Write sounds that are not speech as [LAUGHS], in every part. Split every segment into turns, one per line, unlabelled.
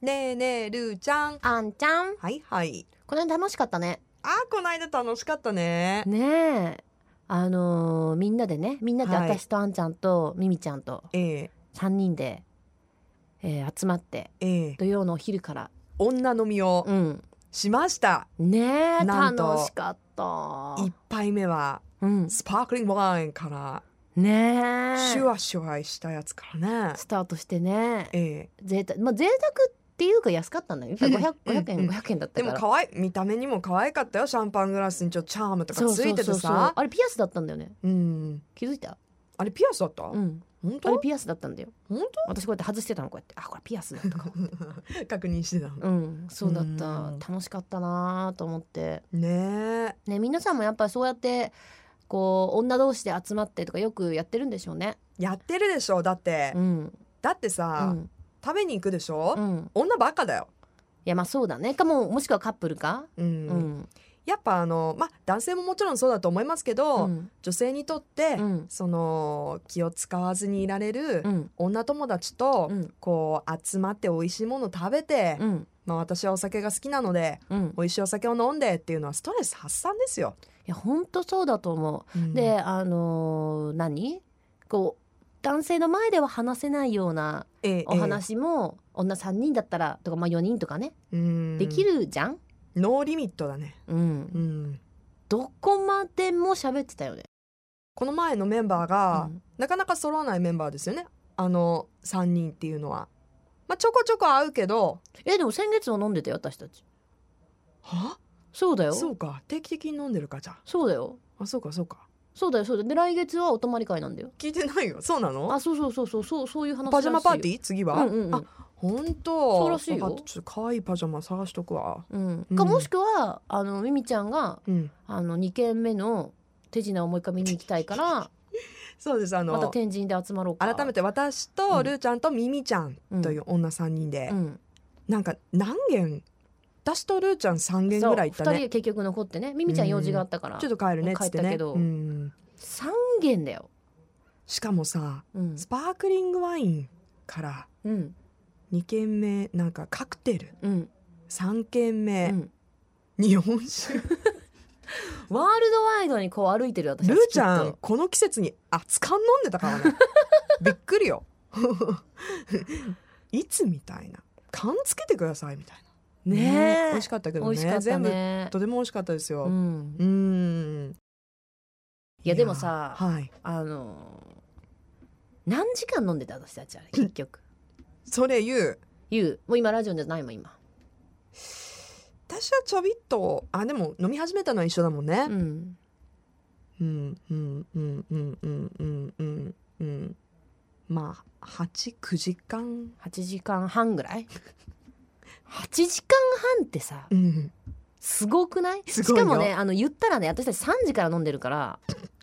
ねえねえ、ルーちゃん。
あんちゃん、
はいはい。
この間楽しかったね。
あー、こないだ楽しかったね。
ねえ。あのーみんなでね、みんなで
はい
私とあんちゃんとみみちゃんと
ええ
3人で、えー集まって、
ええ
土曜のお昼から。
女飲みを
うん。
しました。
ねえ、
なんと
楽しかった。
一杯目は、
うん。
スパークリングワインか
ね
ら、
え。
シュワシュワしたやつからね。
スタートしてね。
ええ
贅沢。まあ、贅沢っていうか安かったんだよ。500,
うん
500
うん
円、500円だった
で
か
も
ら。
可愛い、見た目にも可愛かったよ。シャンパングラスにちょっとチャームとか
そう
つ
そ
いうて
そ
て
うそう
さ。
あれピアスだったんだよね
うん。
気づいた
あれピアスだった
うん
本
あれ
当
ピアスだったんだよ
本
私こうやって外してたのこうやってあこれピアスだとか
当 [LAUGHS] 確認してたの。
うん、そうだった
うん
楽しかったなと思って
ねえ。
ね皆さんもやっぱりそうやってこう女同士で集まってとかよくやってるんでしょうね
やってるでしょだって、
うん
だって
う
さ、
ん
食べに行くでしょ、
うん
女ばっかだよ、
いやまあそうだねかももしくはカップルか
うん
うん
やっぱあのまあ男性ももちろんそうだと思いますけ
う
ど、
ん
女性にとって、
うん
その気を使わずにいられる
うん
女友達と、
うん
こう集まって美味しいもの食べて、
うん
まあ私はお酒が好きなので
うん
美味しいお酒を飲んでっていうのはストレス発散ですよ。
いや本当そうだと思
う
う、
ん
であのー何こう男性の前では話せないような
ええ
お話も女3人だったらとかまあ4人とかね
ええうん
できるじゃん
ノーリミットだね。
うん
うん
どこまでも喋ってたよね
この前のメンバーが、
うん
なかなか揃わないメンバーですよねあの3人っていうのは。まあ、ちょこちょこ会うけど
えでも先月も飲んでたよ私たち
は
そうだよ
そ
そう
うか定期的に飲んでるかじゃあ
だよ
あそうかそうか
そうだよそうだよで来月はお泊まり会なんだよ
聞いてないよそうなの
あそうそうそうそうそうそういう話
パジャマパーテ
ィ
ィー次は、
うんうんうん
あ本当
そうらしいよ
わかったちょっと可愛いパジャマ探しとくわ
うん、
うん
かもしくはあのミミちゃんが
うん
あの2軒目の手品をもう一回見に行きたいから
そうですあ
また
の
天神で集まろうか
改めて私と
うん
ルーちゃんとミミちゃんという女3人で、
うん、
なんか何軒私とルーちゃん3軒ぐらい行った
そう2
ね
人結局残ってねミミちゃん用事があったから、
ちょっと帰るねっつって
帰った
ね
けど
うん
3軒だよ、
しかもさ
うん
スパークリングワインから
うん
2軒目なんかカクテル
うん
3軒
う
目、
ん、
日本酒
ワールドワイドにこう歩いてる私た
ルー
きっと
ちゃんこの季節に熱燗飲んでたから
[LAUGHS]
ねびっくりよ [LAUGHS] いつみたいな缶つけてくださいみたいな
ねえ
美味しかったけど
美
ね
味しかった
全部
ね
とても美味しかったですよ、
う
うんーん
いやでもさ
はい
あのー何時間飲んでた私たちあれ結局
それ言う
ゆうもう今ラジオじゃないもん今
私はちょびっとあでも飲み始めたのは一緒だもんね、
うん
うんうんうんうんうんうんうんうんまあ89時間
8時間半ぐら [LAUGHS] い8時間半ってさ
うん
すごくない
す
し
ごいよ
かもねあの言ったらね私たち3時から飲んでるから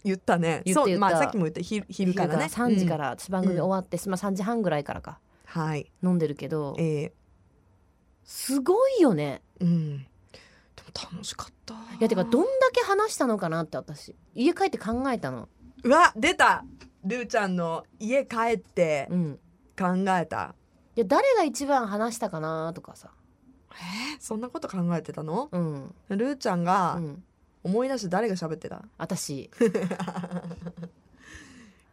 言ったね
言った
そう
言った
まあさっきも言ったひ昼からね
3時か
うん
ら私番組終わって、まあ、3時半ぐらいからか
はい
飲んでるけど
えー、
すごいよね
うんでも楽しかったい
いやてかどんだけ話したのかなって私家帰って考えたの
うわ出たルーちゃんの家帰って
うん
考えた
いや誰が一番話したかなとかさ
えーそんなこと考えてたの
うん
ルーちゃん
う
が
ん
思い出して誰が喋ってた、
私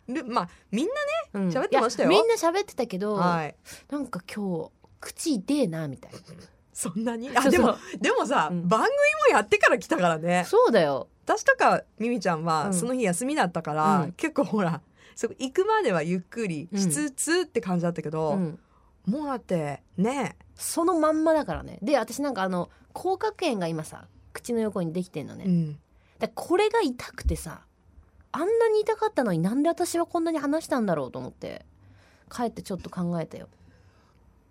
ルまあみんな
うん
喋ってましたよ
いやみんな喋ってたけど、
はい
なんか今日口痛えなみたい
そんなに
な
あで
そう
もでもさ、
うん
番組もやってから来たからね
そうだよ
私とかミミちゃん
う
は
ん
その日休みだったから、
うん
結構ほらそこ行くまではゆっくりしつつって感じだったけど、
うん
もうだってね
そのまんまだからねで私なんかあの口角炎が今さ口の横にできてんのね、
え、うん、
だからこれが痛くてさあんなに痛かったのになんで私はこんなに話したんだろうと思って帰ってちょっと考えたよ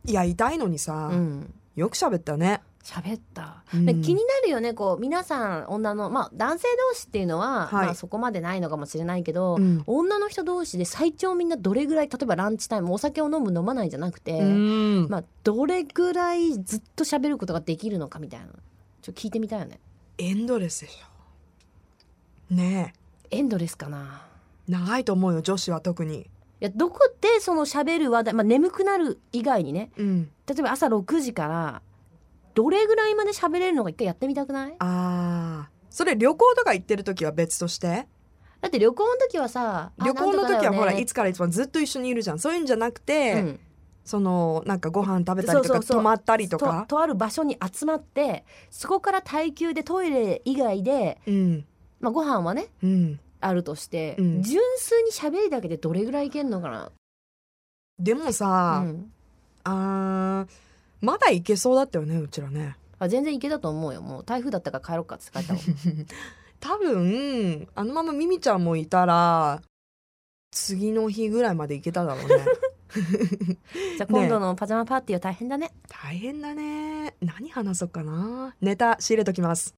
いや痛いのにさ、
うん
よく喋ったね。
喋った、
うん
で気になるよねこう皆さん女のまあ男性同士っていうのは、
はい
まあ、そこまでないのかもしれないけど、
うん
女の人同士で最長みんなどれぐらい例えばランチタイムお酒を飲む飲まないじゃなくて、
うん
まあ、どれぐらいずっと喋ることができるのかみたいなちょっと聞いてみたいよね
エンドレスでしょ。ね
エンドレスかな
え長いと思うよ女子は特に。
やどこでその喋る話題、まあ、眠くなる以外にね
うん
例えば朝6時からどれぐらいまで喋れるのか一回やってみたくない
あーそれ旅行とか行ってる時は別として
だって旅行の時はさあ
旅行の時はほら
なん
い
と
つからいつもずっと一緒にいるじゃんそういうんじゃなくて、
かだよね
そのなんかご飯食べたりと
そ
か
うそうそう
泊まった
うん
りとか
とある場所に集まってそこから耐久でトイレ以外で、
うん
まあ、ご飯はね
うん
あるとして、
うん
純粋に喋りだけでどれぐらいいけんのかな
でもさ、
うん
あーまだいけそうだったよねうちらね
あ全然いけたと思うよもう台風だったから帰ろうかって帰ったもん
[LAUGHS] 多分あのままミミちゃんもいたら次の日ぐらいまでいけただろうね
じゃあ今度のパジャマパーティーは大変だね
大変だね何話そうかなネタ仕入れときます